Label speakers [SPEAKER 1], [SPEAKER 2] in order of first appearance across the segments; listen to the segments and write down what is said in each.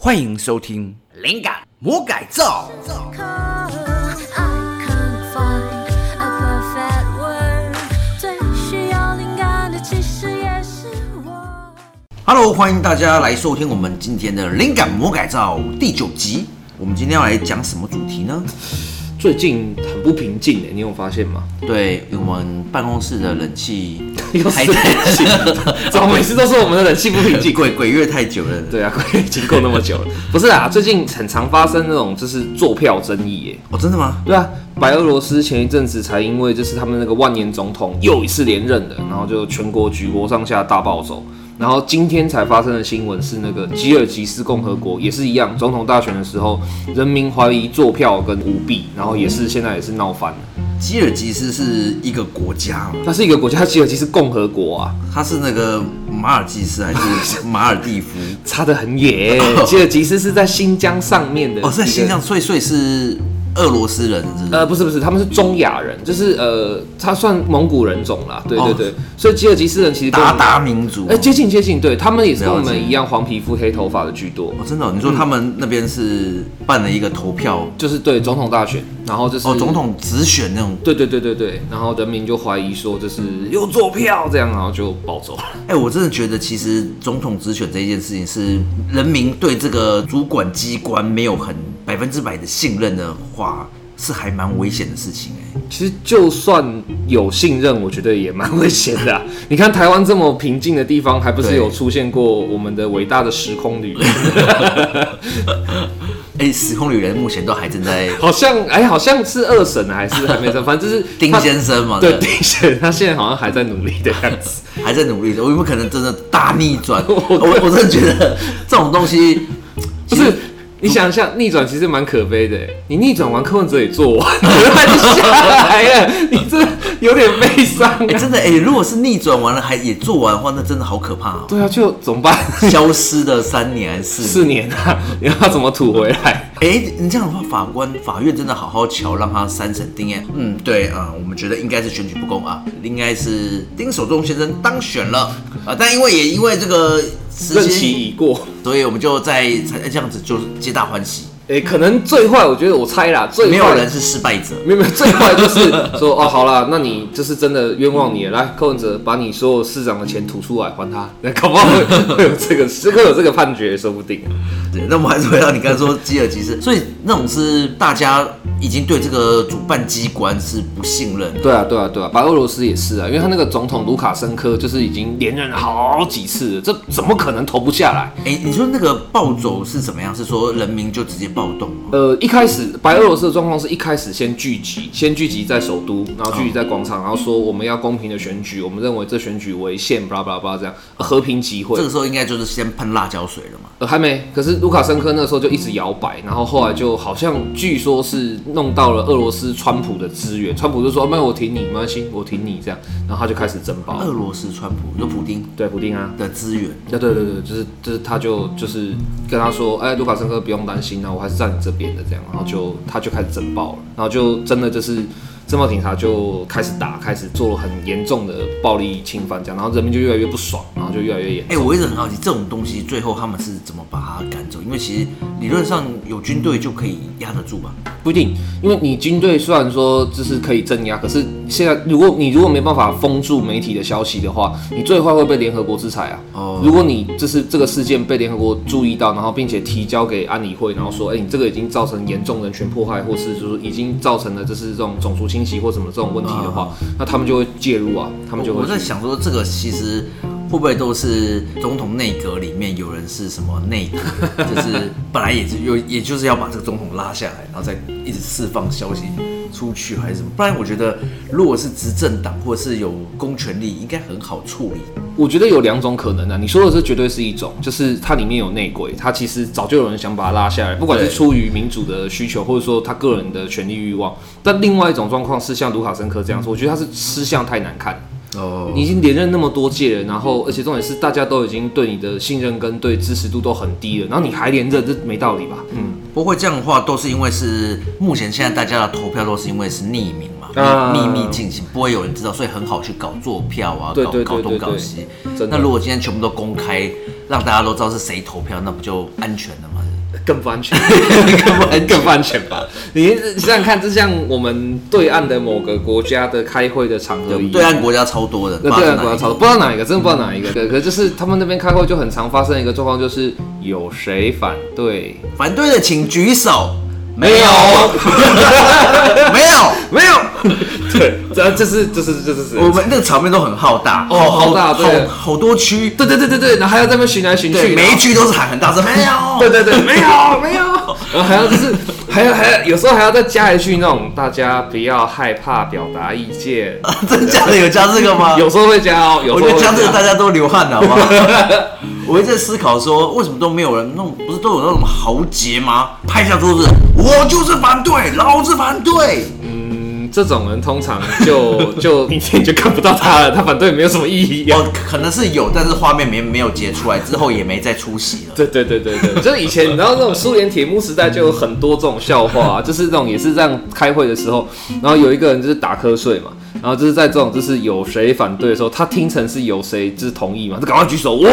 [SPEAKER 1] 欢迎收听《灵感魔改造》。
[SPEAKER 2] I can't find a perfect word，最需要灵感的其实也是我。
[SPEAKER 1] Hello，欢迎大家来收听我们今天的《灵感魔改造》第九集。我们今天要来讲什么主题呢？
[SPEAKER 3] 最近很不平静欸诶，你有发现吗？
[SPEAKER 1] 对我们办公室的冷气
[SPEAKER 3] 又
[SPEAKER 1] 太
[SPEAKER 3] 是冷气怎么每次都说我们的冷气不平静？
[SPEAKER 1] 鬼鬼月太久了。
[SPEAKER 3] 对啊，已经过那么久了。不是啊，最近很常发生那种就是坐票争议耶。
[SPEAKER 1] 哦，真的吗？
[SPEAKER 3] 对啊，白俄罗斯前一阵子才因为就是他们那个万年总统又一次连任了，然后就全国举国上下大暴走。然后今天才发生的新闻是，那个吉尔吉斯共和国也是一样，总统大选的时候，人民怀疑坐票跟舞弊，然后也是现在也是闹翻了。
[SPEAKER 1] 吉尔吉斯是一个国家嘛，
[SPEAKER 3] 它是一个国家，吉尔吉斯共和国啊，
[SPEAKER 1] 它是那个马尔济斯还 是马尔蒂夫？
[SPEAKER 3] 差得很 远。吉尔吉斯是在新疆上面的，
[SPEAKER 1] 哦，在新疆，。所以所以是俄罗斯人，是不是？
[SPEAKER 3] 呃，不是不是，他们是中亚人，就是呃，他算蒙古人种啦，对
[SPEAKER 1] 哦
[SPEAKER 3] 对对，所以吉尔吉斯人其实跟我
[SPEAKER 1] 鞑
[SPEAKER 3] 们
[SPEAKER 1] 靼民族。
[SPEAKER 3] 哎、接近接近，对他们也是跟我
[SPEAKER 1] 了解
[SPEAKER 3] 们一样黄皮肤黑头发的居多，
[SPEAKER 1] 哦，真的哦、你说他们那边是办了一个投票，
[SPEAKER 3] 就是对总统大选，然后就是
[SPEAKER 1] 哦，总，统直选那种。
[SPEAKER 3] 对对对对对，然后人民就怀疑说就是又做票这样，然后就 暴走了。
[SPEAKER 1] 哎、我真的觉得，其实总统直选这一件事情是人民对这个主管机关没有很百分之百的信任的话，是还蛮危险的事情哎、
[SPEAKER 3] 其实就算有信任，我觉得也蛮危险的啊、 你看台湾这么平静的地方，还不是
[SPEAKER 1] 对
[SPEAKER 3] 有出现过我们的伟大的时空旅人？
[SPEAKER 1] 哎、时空旅人目前都还正 在
[SPEAKER 3] 好像哎，好像是二审还是还没审，反正就是
[SPEAKER 1] 丁
[SPEAKER 3] 他
[SPEAKER 1] 先生嘛，
[SPEAKER 3] 对
[SPEAKER 1] 不
[SPEAKER 3] 丁先，他现在好像还在努力的样 子。
[SPEAKER 1] 还在努力的，我有没有可能真的大逆 转？我我真的觉得这种东西
[SPEAKER 3] 不是，你想一下，逆转其实蛮可悲的欸。你逆转完柯文哲也做完， 他就下来了，你这有点悲伤
[SPEAKER 1] 哎、
[SPEAKER 3] 啊。
[SPEAKER 1] 真的哎、如果是逆转完了还也做完的话，那真的好可怕、哦
[SPEAKER 3] 对啊，就怎么办？
[SPEAKER 1] 消失的三年还是
[SPEAKER 3] 四年啊，你要他怎么吐回来？
[SPEAKER 1] 哎、你这样的话，法官、法院真的好好瞧，让他三审定谳。嗯，对啊、我们觉得应该是选举不公啊，应该是丁守中先生当选了啊，但因为也因为这个时
[SPEAKER 3] 任期
[SPEAKER 1] 期，
[SPEAKER 3] 已过。
[SPEAKER 1] 所以我们就在才这样子就皆大欢喜，
[SPEAKER 3] 诶、可能最坏，我觉得我猜啦，最坏
[SPEAKER 1] 没有人是失败者。
[SPEAKER 3] 没有没有，最坏就是说哦，好啦，那你就是真的冤枉你了，来，柯文哲把你所有市长的钱吐出来还他，那搞不好会 会有这个，这个有这个判决，说不定。
[SPEAKER 1] 对，那我们还是回到你刚才说吉尔吉斯，所以那种是大家已经对这个主办机关是不信任的。
[SPEAKER 3] 对啊，对啊，对啊，白俄罗斯也是啊，因为他那个总统卢卡申科就是已经连任了好几次了，这怎么可能投不下来？
[SPEAKER 1] 哎、你说那个暴走是怎么样？是说人民就直接暴动吗？
[SPEAKER 3] 呃，一开始白俄罗斯的状况是一开始先聚集，先聚集在首都，然后聚集在广场，然后说我们要公平的选举，我们认为这选举违宪，巴拉巴拉巴拉这样和平集会
[SPEAKER 1] 这。个时候应该就是先喷辣椒水了嘛。
[SPEAKER 3] 呃，还没。可是卢卡申科那时候就一直摇摆，然后后来就好像据说是弄到了俄罗斯川普的资源，川普就说：“那、我挺你，没关系，我挺你。”这样，然后他就开始争霸。
[SPEAKER 1] 俄罗斯川普有普丁
[SPEAKER 3] 对，普丁啊，
[SPEAKER 1] 的资源，
[SPEAKER 3] 对对对对，就是就是，他就就是跟他说：“哎，卢卡申科不用担心啊，我还是站你这边的。”这样，然后就他就开始争爆了，然后就真的就是。政报警察就开始打，开始做了很严重的暴力侵犯，这样，然后人民就越来越不爽，然后就越来越严
[SPEAKER 1] 哎、我一直很好奇这种东西最后他们是怎么把它赶走，因为其实理论上有军队就可以压得住吧。
[SPEAKER 3] 不一定，因为你军队虽然说就是可以镇压，可是现在如果你如果没办法封住媒体的消息的话，你最坏会被联合国制裁啊。
[SPEAKER 1] 哦
[SPEAKER 3] 如果你就是这个事件被联合国注意到，然后并且提交给安理会，然后说，哎、你这个已经造成严重人权迫害，或是就是已经造成了就是这种种族侵袭或什么这种问题的话，那他们就会介入啊，他们就会
[SPEAKER 1] 啊我
[SPEAKER 3] 去。
[SPEAKER 1] 在想说，这个其实会不会都是总统内阁里面有人是什么内阁， 就是本来也是有，也就是要把这个总统拉下来，然后再一直释放消息出去还是什么？不然我觉得，如果是执政党或是有公权力，应该很好处理。
[SPEAKER 3] 我觉得有两种可能啊，你说的这绝对是一种，就是它里面有内鬼，它其实早就有人想把它拉下来，不管是
[SPEAKER 1] 对
[SPEAKER 3] 出于民主的需求，或者说他个人的权利欲望。但另外一种状况是像卢卡申科这样说，我觉得他是吃相太难看了。
[SPEAKER 1] 哦
[SPEAKER 3] 你已经连任那么多届了，然后而且重点是大家都已经对你的信任跟对支持度都很低了，然后你还连任，这没道理吧？嗯，
[SPEAKER 1] 不会这样的话，都是因为是目前现在大家的投票都是因为是匿名嘛，
[SPEAKER 3] 啊
[SPEAKER 1] 秘密进行，不会有人知道，所以很好去搞做票啊，
[SPEAKER 3] 对
[SPEAKER 1] 搞
[SPEAKER 3] 对对
[SPEAKER 1] 搞东
[SPEAKER 3] 对
[SPEAKER 1] 搞
[SPEAKER 3] 对
[SPEAKER 1] 西
[SPEAKER 3] 真。的
[SPEAKER 1] 那如果今天全部都公开，让大家都知道是谁投票，那不就安全了吗？
[SPEAKER 3] 更不安全， 更不安更不安全吧？你想想看，就像我们对岸的某个国家的开会的场合
[SPEAKER 1] 对
[SPEAKER 3] 一样，
[SPEAKER 1] 对岸国家超多的，
[SPEAKER 3] 那
[SPEAKER 1] 不知
[SPEAKER 3] 呃对
[SPEAKER 1] 道是哪
[SPEAKER 3] 岸国家超
[SPEAKER 1] 一
[SPEAKER 3] 多，不知道哪一个，真的不知道哪一个。可可就是他们那边开会就很常发生一个状况，就是有谁反对？
[SPEAKER 1] 个反对的请举手，
[SPEAKER 3] 没有，
[SPEAKER 1] 没有。
[SPEAKER 3] 没有。 对，这这是这是这是
[SPEAKER 1] 我们那个场面都很浩大
[SPEAKER 3] 哦浩大对
[SPEAKER 1] 好好多区，
[SPEAKER 3] 对对对对对，然后还要在那边寻来寻去，
[SPEAKER 1] 对，每一
[SPEAKER 3] 然后
[SPEAKER 1] 区都是喊很大声，没 有，
[SPEAKER 3] 对对 对，没有没有，然后还要就是还要还要有时候还要再加一句那种大家不要害怕表达意见，
[SPEAKER 1] 真的假的有加这个吗？
[SPEAKER 3] 有时候会加哦，有
[SPEAKER 1] 我
[SPEAKER 3] 时
[SPEAKER 1] 觉
[SPEAKER 3] 候
[SPEAKER 1] 得
[SPEAKER 3] 会
[SPEAKER 1] 加这个大家都流汗了，好不好？ 我一直在思考说，为什么都没有人那种，不是都有那种豪杰吗？拍下桌子，我就是反对，老子反对。
[SPEAKER 3] 嗯，这种人通常就就 你你就看不到他了，他反对没有什么意义、啊。
[SPEAKER 1] 哦，可能是有，但是画面没没有截出来，之后也没再出席了。
[SPEAKER 3] 对对对对对， 就是以前你知道那种苏联铁幕时代就有很多这种笑话、啊，就是那种也是这样开会的时候，然后有一个人就是打瞌睡嘛，然后就是在这种就是有谁反对的时候，他听成是有谁就是同意嘛，就赶快举手，哇，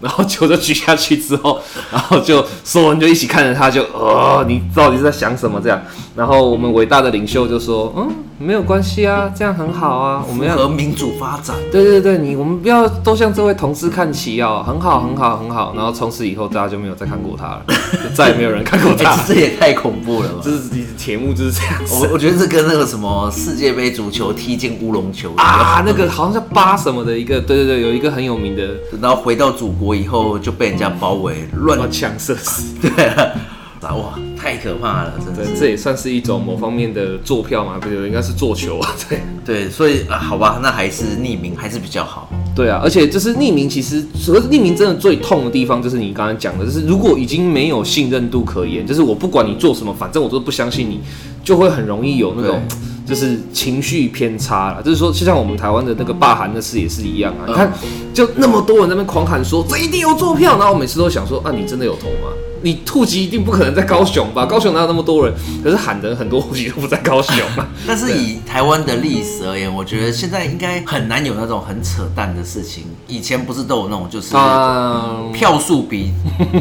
[SPEAKER 3] 然后球就举下去之后，然后就所有人就一起看着他就，哦，你到底是在想什么这样？然后我们伟大的领袖就说，嗯，没有关系啊，这样很好啊，我们要
[SPEAKER 1] 和民主发 展，
[SPEAKER 3] 对对对，你我们不要都向这位同志看齐哦，很好很好很好。然后从此以后，大家就没有再看过他了， 就再也没有人看过
[SPEAKER 1] 哎、
[SPEAKER 3] 他。
[SPEAKER 1] 这也太恐怖了吧
[SPEAKER 3] 这！ 是铁幕就是这样
[SPEAKER 1] 我
[SPEAKER 3] 子
[SPEAKER 1] 我觉得这跟那个什么世界杯足球踢进乌龙球一样
[SPEAKER 3] 啊，那个好像叫八什么的一个，对对对，有一个很有名的
[SPEAKER 1] 等到回到祖国以后就被人家包围，乱
[SPEAKER 3] 乱枪射死。
[SPEAKER 1] 对了，哇，太可怕了，真的
[SPEAKER 3] 对
[SPEAKER 1] 是，。
[SPEAKER 3] 这也算是一种某方面的坐票嘛，不对，应该是坐球啊，对。
[SPEAKER 1] 对，所以啊，好吧，那还是匿名还是比较好。
[SPEAKER 3] 对啊，而且就是匿名，其实可是匿名真的最痛的地方，就是你刚才讲的，就是如果已经没有信任度可言，就是我不管你做什么，反正我都不相信你，就会很容易有那种就是情绪偏差了。就是说，就像我们台湾的那个罢韩的事也是一样啊，你看就那么多人在那边狂喊说这一定有做票，然后我每次都想说啊，你真的有投吗？你户籍一定不可能在高雄吧？高雄哪有那么多人？可是喊的人很多户籍都不在高雄啊。
[SPEAKER 1] 但是以台湾的历史而言，我觉得现在应该很难有那种很扯淡的事情。以前不是都有那种就是
[SPEAKER 3] 啊，
[SPEAKER 1] 票数比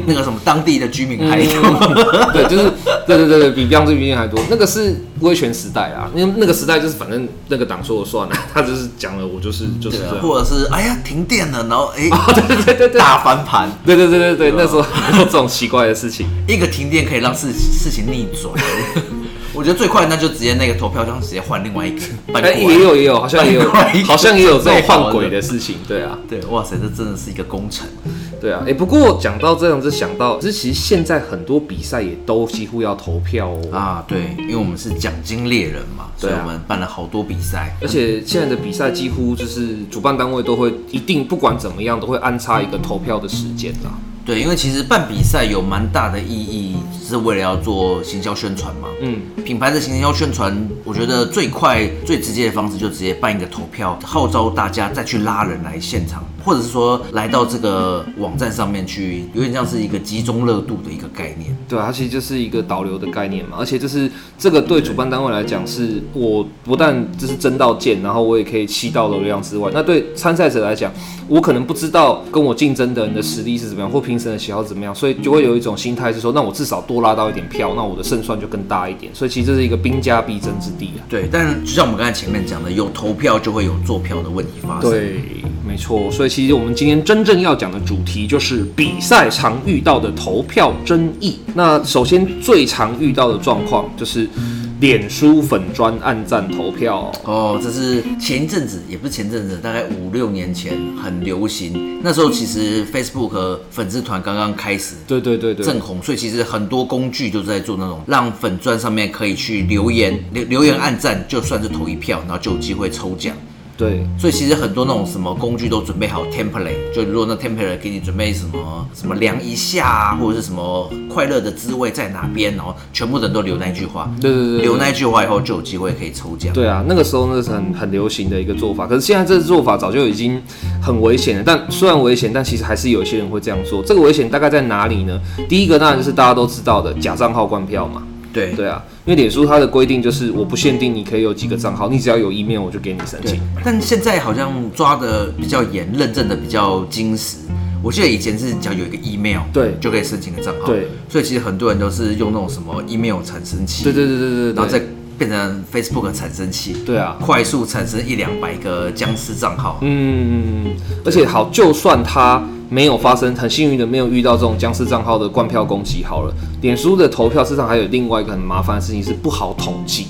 [SPEAKER 1] 那个什么当地的居民还
[SPEAKER 3] 嗯
[SPEAKER 1] 多？
[SPEAKER 3] 对，就是对对对对，比 b e y o n 还多。那个是威权时代啊，那那个时代就是反正那个党说了算了，他就是讲了，我就是就是
[SPEAKER 1] 对
[SPEAKER 3] 这
[SPEAKER 1] 啊，
[SPEAKER 3] 样。
[SPEAKER 1] 或者是哎呀停电了，然后哎、
[SPEAKER 3] 对对对对
[SPEAKER 1] 大翻盘，
[SPEAKER 3] 对对对对
[SPEAKER 1] 啊
[SPEAKER 3] 对，那时候 很多这种奇怪的事情。
[SPEAKER 1] 一个停电可以让事事情逆转。 我觉得最快那就直接那个投票箱直接换另外一个搬过
[SPEAKER 3] 哎，
[SPEAKER 1] 来。
[SPEAKER 3] 也有也有，好像也有
[SPEAKER 1] 搬过来一，个
[SPEAKER 3] 好像也有这种换轨的事情。对啊，
[SPEAKER 1] 对，哇塞，这真的是一个工程。
[SPEAKER 3] 对啊。哎，不过讲到这样子，想到这其实现在很多比赛也都几乎要投票哦。
[SPEAKER 1] 啊，对，因为我们是奖金猎人嘛，所
[SPEAKER 3] 对啊
[SPEAKER 1] 以我们办了好多比赛。
[SPEAKER 3] 而且现在的比赛几乎就是主办单位都会一定不管怎么样都会安插一个投票的时间啊啦。
[SPEAKER 1] 对，因为其实办比赛有蛮大的意义，只是为了要做行销宣传嘛。
[SPEAKER 3] 嗯，
[SPEAKER 1] 品牌的行销宣传，我觉得最快、最直接的方式就直接办一个投票，号召大家再去拉人来现场，或者是说来到这个网站上面去，有点像是一个集中热度的一个概念。
[SPEAKER 3] 对啊，它其实就是一个导流的概念嘛，而且就是这个对主办单位来讲，是我不但就是争到见，然后我也可以吸到流量之外，那对参赛者来讲，我可能不知道跟我竞争的人的实力是怎么样，或评审的喜好是怎么样，所以就会有一种心态是说，那我至少多拉到一点票，那我的胜算就更大一点，所以其实这是一个兵家必争之地啊。
[SPEAKER 1] 对，但是就像我们刚才前面讲的，有投票就会有做票的问题发生。
[SPEAKER 3] 对，没错，所以其实我们今天真正要讲的主题就是比赛常遇到的投票争议。那首先最常遇到的状况就是脸书粉砖暗赞投票。
[SPEAKER 1] 哦，这是前一阵子，也不是前阵子，大概五六年前很流行。那时候其实 Facebook 粉丝团刚刚开始
[SPEAKER 3] 对对对对，
[SPEAKER 1] 正红，所以其实很多工具都在做那种让粉钻上面可以去留言、留
[SPEAKER 3] 嗯
[SPEAKER 1] 留言、按赞，就算是投一票，然后就有机会抽奖。
[SPEAKER 3] 对
[SPEAKER 1] 所以其实很多那种什么工具都准备好 template，就如果那 template 给你准备什么什么量一下啊，或者是什么快乐的滋味在哪边，然后全部人都留那一句话，
[SPEAKER 3] 对对对对
[SPEAKER 1] 留那一句话以后就有机会可以抽奖。
[SPEAKER 3] 对啊，那个时候那是很很流行的一个做法，可是现在这做法早就已经很危险了。但虽然危险，但其实还是有一些人会这样做。这个危险大概在哪里呢？第一个当然就是大家都知道的假账号灌票嘛。
[SPEAKER 1] 对
[SPEAKER 3] 对啊，因为脸书它的规定就是我不限定你可以有几个账号，你只要有 email 我就给你申
[SPEAKER 1] 对
[SPEAKER 3] 请。，
[SPEAKER 1] 但现在好像抓的比较严，认证的比较精实。我记得以前是只要有一个 email，
[SPEAKER 3] 对
[SPEAKER 1] 就可以申请个账号，
[SPEAKER 3] 对，
[SPEAKER 1] 所以其实很多人都是用那种什么 email 产生器，
[SPEAKER 3] 对对对对对对，
[SPEAKER 1] 然后再变成 Facebook 产生器，
[SPEAKER 3] 对啊，
[SPEAKER 1] 快速产生一两百个僵尸账号，
[SPEAKER 3] 嗯，而且好，就算他没有发生，很幸运的没有遇到这种僵尸账号的灌票攻击，好了，脸书的投票市场还有另外一个很麻烦的事情是不好统计，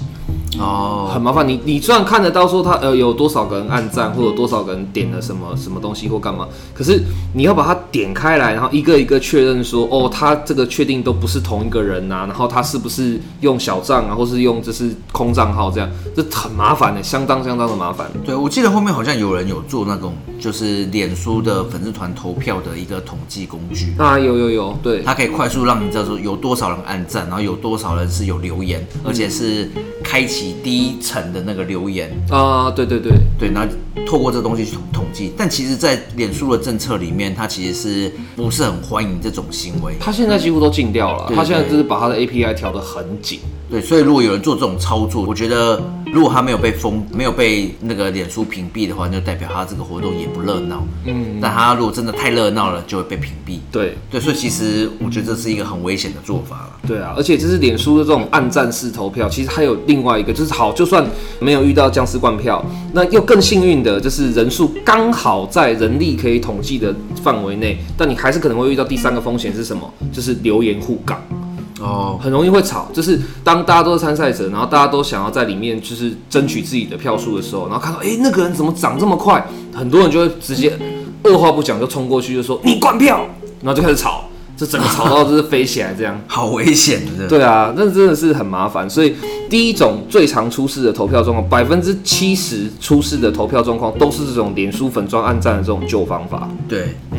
[SPEAKER 1] 哦，
[SPEAKER 3] 很麻烦。你你虽然看得到说他呃有多少个人按赞，或者有多少个人点了什么什么东西或干嘛，可是你要把它点开来，然后一个一个确认说，哦，他这个确定都不是同一个人啊呐、然后他是不是用小账啊，或是用就是空账号这样，这很麻烦的、相当相当的麻烦。
[SPEAKER 1] 对，我记得后面好像有人有做那种就是脸书的粉丝团投票的一个统计工具。
[SPEAKER 3] 啊，有有有，对，
[SPEAKER 1] 它可以快速让你知道说有多少人按赞，然后有多少人是有留言，而且是开启第一层的那个留言，
[SPEAKER 3] 啊、对对对，
[SPEAKER 1] 对，然后透过这个东西去统统计。但其实，在脸书的政策里面，它其实是不是很欢迎这种行为？
[SPEAKER 3] 他现在几乎都禁掉了，
[SPEAKER 1] 对
[SPEAKER 3] 他现在就是把他的 API 调得很紧。
[SPEAKER 1] 对，所以如果有人做这种操作，我觉得如果他没有被封，没有被那个脸书屏蔽的话，那就代表他这个活动也不热闹。嗯，但他如果真的太热闹了，就会被屏蔽。
[SPEAKER 3] 对
[SPEAKER 1] 对，所以其实我觉得这是一个很危险的做法了。
[SPEAKER 3] 对啊，而且这是脸书的这种暗战式投票，其实还有另外一个，就是好，就算没有遇到僵尸灌票，那又更幸运的就是人数刚好在人力可以统计的范围内，但你还是可能会遇到第三个风险是什么？就是留言互杠。
[SPEAKER 1] 哦，
[SPEAKER 3] 很容易会吵，就是当大家都是参赛者，然后大家都想要在里面就是争取自己的票数的时候，然后看到哎、诶那个人怎么涨这么快，很多人就会直接二话不讲就冲过去就说你灌票，然后就开始吵，这整个吵到就是飞起来这样。
[SPEAKER 1] 好危险的。
[SPEAKER 3] 对啊，那真的是很麻烦。所以第一种最常出事的投票状况，百分之七十出事的投票状况都是这种脸书粉装暗战的这种旧方法。
[SPEAKER 1] 对，嗯，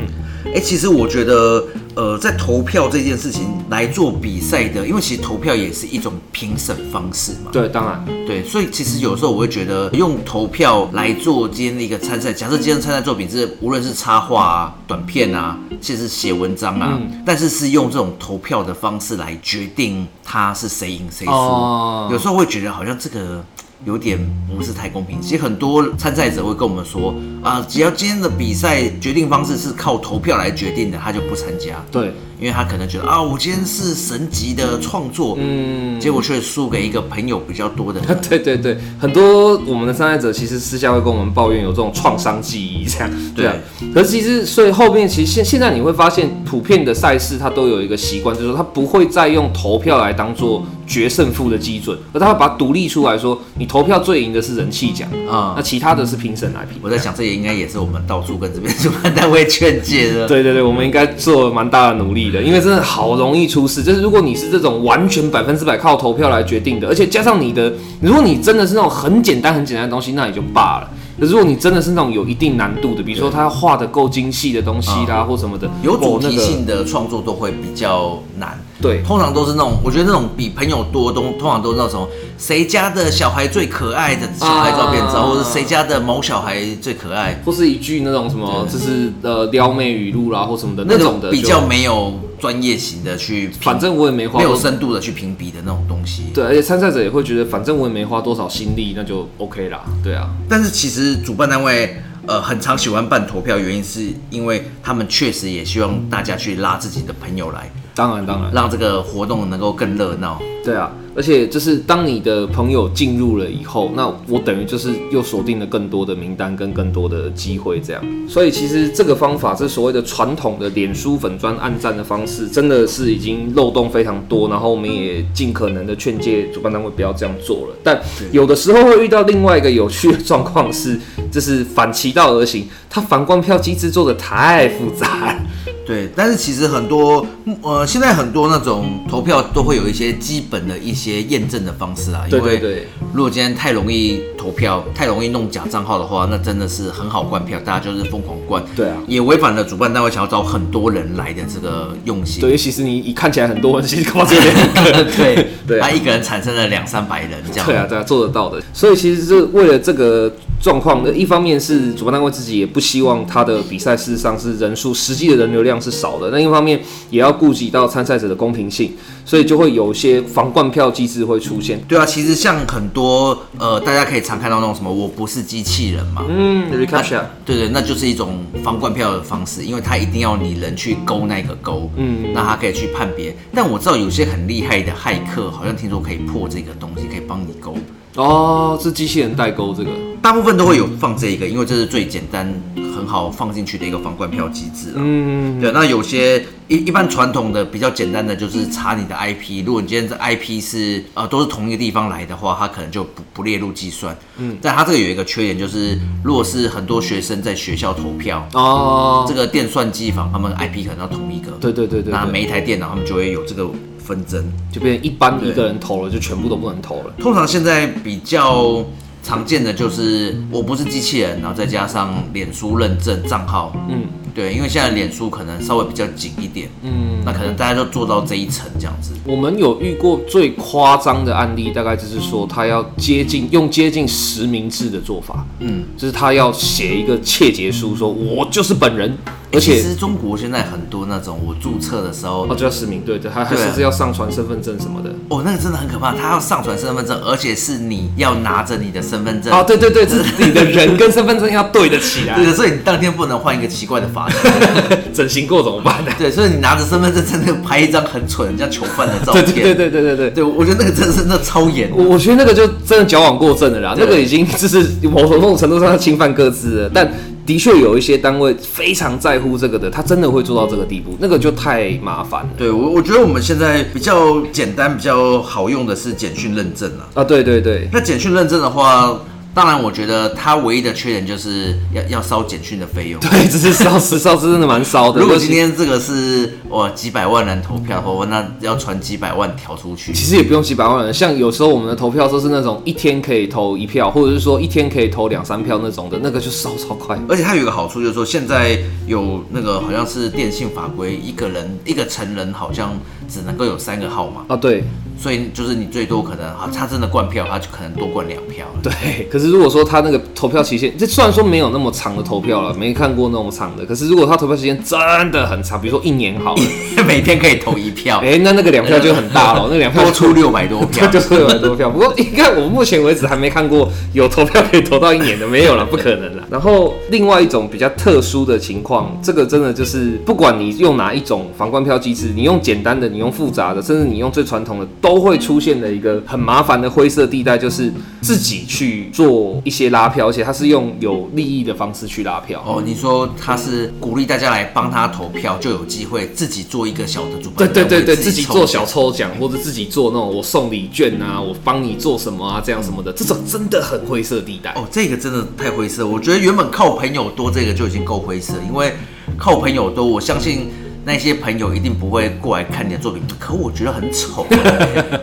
[SPEAKER 1] 哎、其实我觉得，呃，在投票这件事情来做比赛的，因为其实投票也是一种评审方式嘛。
[SPEAKER 3] 对，当然，
[SPEAKER 1] 对，所以其实有时候我会觉得，用投票来做今天的一个参赛，假设今天的参赛作品是无论是插画啊、短片啊，甚至是写文章啊，但是是用这种投票的方式来决定他是谁赢谁输，
[SPEAKER 3] 哦
[SPEAKER 1] 有时候会觉得好像这个。有点不是太公平。其实很多参赛者会跟我们说啊，只要今天的比赛决定方式是靠投票来决定的，他就不参加。
[SPEAKER 3] 对，。
[SPEAKER 1] 因为他可能觉得啊，我今天是神级的创作，嗯，结果却输给一个朋友比较多的人
[SPEAKER 3] 对对对，很多我们的参赛者其实私下会跟我们抱怨有这种创伤记忆这样，对啊。可是其实所以后面其实现现在你会发现，普遍的赛事它都有一个习惯，就是说它不会再用投票来当做决胜负的基准，而它会把它独立出来说，你投票最赢的是人气奖
[SPEAKER 1] 啊
[SPEAKER 3] 那其他的是评审来评。
[SPEAKER 1] 我在想，这也应该也是我们到处跟这边主办单位劝诫的。
[SPEAKER 3] 对对对，我们应该做蛮大的努力的，因为真的好容易出事。就是如果你是这种完全百分之百靠投票来决定的，而且加上你的，如果你真的是那种很简单很简单的东西，那也就罢了。可是如果你真的是那种有一定难度的，比如说他要画的够精细的东西啦，或什么的，
[SPEAKER 1] 嗯有主
[SPEAKER 3] 哦那
[SPEAKER 1] 题
[SPEAKER 3] 个
[SPEAKER 1] 性的创作都会比较难。
[SPEAKER 3] 对
[SPEAKER 1] 通常都是那种，我觉得那种比朋友多，都通常都是那种谁家的小孩最可爱的小孩照片照，
[SPEAKER 3] 啊
[SPEAKER 1] 或者谁家的某小孩最可爱，
[SPEAKER 3] 或是一句那种什么，就是呃撩妹语录啦或什么的那种的，
[SPEAKER 1] 比较，没有专业型的去评，
[SPEAKER 3] 反正我也没花
[SPEAKER 1] 没有
[SPEAKER 3] 多
[SPEAKER 1] 深度的去评比的那种东西。
[SPEAKER 3] 对，而且参赛者也会觉得，反正我也没花多少心力，那就 OK 啦，对啊。
[SPEAKER 1] 但是其实主办单位呃很常喜欢办投票，原因是因为他们确实也希望大家去拉自己的朋友来，
[SPEAKER 3] 当然，当然，
[SPEAKER 1] 让这个活动能够更热闹。
[SPEAKER 3] 对啊，而且就是当你的朋友进入了以后，那我等于就是又锁定了更多的名单跟更多的机会，这样。所以其实这个方法，这所谓的传统的脸书粉砖暗战的方式，真的是已经漏洞非常多。然后我们也尽可能的劝诫主办单位不要这样做了。但有的时候会遇到另外一个有趣的状况是，就是反其道而行，它反光票机制做的太复杂了。
[SPEAKER 1] 对，但是其实很多呃，现在很多那种投票都会有一些基本的一些验证的方式啊，
[SPEAKER 3] 对对
[SPEAKER 1] 因为
[SPEAKER 3] 对。
[SPEAKER 1] 如果今天太容易投票，太容易弄假账号的话，那真的是很好灌票，大家就是疯狂灌。
[SPEAKER 3] 对啊
[SPEAKER 1] 也违反了主办单位想要找很多人来的这个用心。
[SPEAKER 3] 对，尤其是你一看起来很多人，其实搞不好只有两个
[SPEAKER 1] 对
[SPEAKER 3] 对啊
[SPEAKER 1] 他一个人产生了两三百人这样。
[SPEAKER 3] 啊对啊，对啊，做得到的。所以其实是为了这个状况，呃一方面是主办单位自己也不希望他的比赛事实上是人数实际的人流量是少的，另一方面也要顾及到参赛者的公平性，所以就会有一些防灌票机制会出现。
[SPEAKER 1] 对啊，其实像很多呃，大家可以常看到那种什么“我不是机器人”嘛，
[SPEAKER 3] 嗯 r e c a
[SPEAKER 1] 那
[SPEAKER 3] p t u r
[SPEAKER 1] 对对，那就是一种防灌票的方式，因为他一定要你人去勾那个勾，嗯，那他可以去判别。但我知道有些很厉害的骇客，好像听说可以破这个东西，可以帮你勾。
[SPEAKER 3] 哦，是机器人代沟这个，
[SPEAKER 1] 大部分都会有放这个，因为这是最简单、很好放进去的一个防灌票机制啊。
[SPEAKER 3] 嗯，
[SPEAKER 1] 对，那有些一一般传统的比较简单的就是查你的 IP，如果你今天这 IP 是呃都是同一个地方来的话，它可能就不不列入计算。嗯，但它这个有一个缺点就是，如果是很多学生在学校投票，
[SPEAKER 3] 哦
[SPEAKER 1] 这，个电算机房他们 IP 可能要同一个，
[SPEAKER 3] 对对对对
[SPEAKER 1] 那
[SPEAKER 3] 对，
[SPEAKER 1] 每一台电脑他们就会有这个纷争。
[SPEAKER 3] 就变成一般一个人投了，就全部都不能投了。
[SPEAKER 1] 通常现在比较常见的就是我不是机器人，然后再加上脸书认证账号，
[SPEAKER 3] 嗯
[SPEAKER 1] 对，因为现在脸书可能稍微比较紧一点，
[SPEAKER 3] 嗯，
[SPEAKER 1] 那可能大家就做到这一层这样子。
[SPEAKER 3] 我们有遇过最夸张的案例，大概就是说他要接近用接近实名制的做法，
[SPEAKER 1] 嗯，
[SPEAKER 3] 就是他要写一个切结书，说我就是本人，而
[SPEAKER 1] 其
[SPEAKER 3] 且
[SPEAKER 1] 实中国现在很多那种我注册的时候
[SPEAKER 3] 哦，，就要实名，对对，还还
[SPEAKER 1] 对啊
[SPEAKER 3] 甚至要上传身份证什么的。
[SPEAKER 1] 哦，那个真的很可怕，他要上传身份证，而且是你要拿着你的身份证
[SPEAKER 3] 哦，。对对对，是你的人跟身份证要对得起 来
[SPEAKER 1] 对。的，所以你当天不能换一个奇怪的发型。
[SPEAKER 3] 整形过怎么办呢、
[SPEAKER 1] 对，所以你拿着身份证在那个拍一张很蠢、人家囚犯的照
[SPEAKER 3] 对
[SPEAKER 1] 片。
[SPEAKER 3] 对对对对对对。
[SPEAKER 1] 对我觉得那个真的是那超严。
[SPEAKER 3] 我我觉得那个就真的矫枉过正了啦，
[SPEAKER 1] 对
[SPEAKER 3] 那个已经就是某种某种程度上侵犯各自了。但的确有一些单位非常在乎这个的，他真的会做到这个地步，那个就太麻烦了。
[SPEAKER 1] 对我，我觉得我们现在比较简单、比较好用的是简讯认证啊。
[SPEAKER 3] 啊，对对对，
[SPEAKER 1] 那简讯认证的话，当然我觉得它唯一的缺点就是要要烧简讯的费用。
[SPEAKER 3] 对，只是烧时烧是真的蛮烧 的。
[SPEAKER 1] 如果
[SPEAKER 3] 尤其
[SPEAKER 1] 今天这个是哇几百万人投票的话，那要传几百万条出去。
[SPEAKER 3] 其实也不用几百万人，像有时候我们的投票都是那种一天可以投一票，或者是说一天可以投两三票那种的，那个就烧超快。
[SPEAKER 1] 而且它有一个好处，就是说现在有那个好像是电信法规，一个人一个成人好像只能够有三个号码，
[SPEAKER 3] 啊，对
[SPEAKER 1] 所以就是你最多可能啊，他真的灌票，他就可能多灌两票。对。
[SPEAKER 3] 对， 可是如果说他那个投票期限，这虽然说没有那么长的投票了，没看过那么长的，可是如果他投票时间真的很长，比如说一年好了，
[SPEAKER 1] 每天可以投一 票，
[SPEAKER 3] 哎、那那个两票就很大了，那两票
[SPEAKER 1] 多出六百多票
[SPEAKER 3] 他。 就会有很多票。不过应该我目前为止还没看过有投票可以投到一年的，没有了，不可能了。然后另外一种比较特殊的情况，这个真的就是不管你用哪一种防关票机制，你用简单的，你用复杂的，甚至你用最传统的，都会出现的一个很麻烦的灰色地带，就是自己去做一些拉票，而且它是用有利益的方式去拉票。
[SPEAKER 1] 哦，你说他是鼓励大家来帮他投票，就有机会自己做一个小的主
[SPEAKER 3] 对
[SPEAKER 1] 办单
[SPEAKER 3] 对
[SPEAKER 1] 位，
[SPEAKER 3] 对对，自己
[SPEAKER 1] 抽
[SPEAKER 3] 做小抽奖，或者自己做那种我送礼券啊，我帮你做什么啊，这样什么的，这种真的很灰色地带。
[SPEAKER 1] 哦，这个真的太灰色。我觉得原本靠朋友多这个就已经够灰色，因为靠朋友多，我相信那些朋友一定不会过来看你的作品。可我觉得很丑，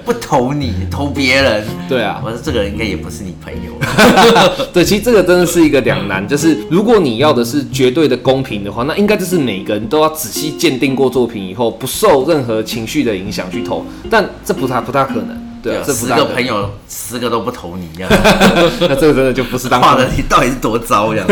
[SPEAKER 1] 不投你，投别人。
[SPEAKER 3] 对啊
[SPEAKER 1] 我说这个人应该也不是你朋友。
[SPEAKER 3] 对，其实这个真的是一个两难，就是如果你要的是绝对的公平的话，那应该就是每个人都要仔细鉴定过作品以后，不受任何情绪的影响去投，但这不太不大可能。对啊，这不
[SPEAKER 1] 十
[SPEAKER 3] 大
[SPEAKER 1] 个
[SPEAKER 3] 可能
[SPEAKER 1] 朋，友十个都不投你，这样
[SPEAKER 3] 那这个真的就不 是当
[SPEAKER 1] 画的你到底是多糟这 样。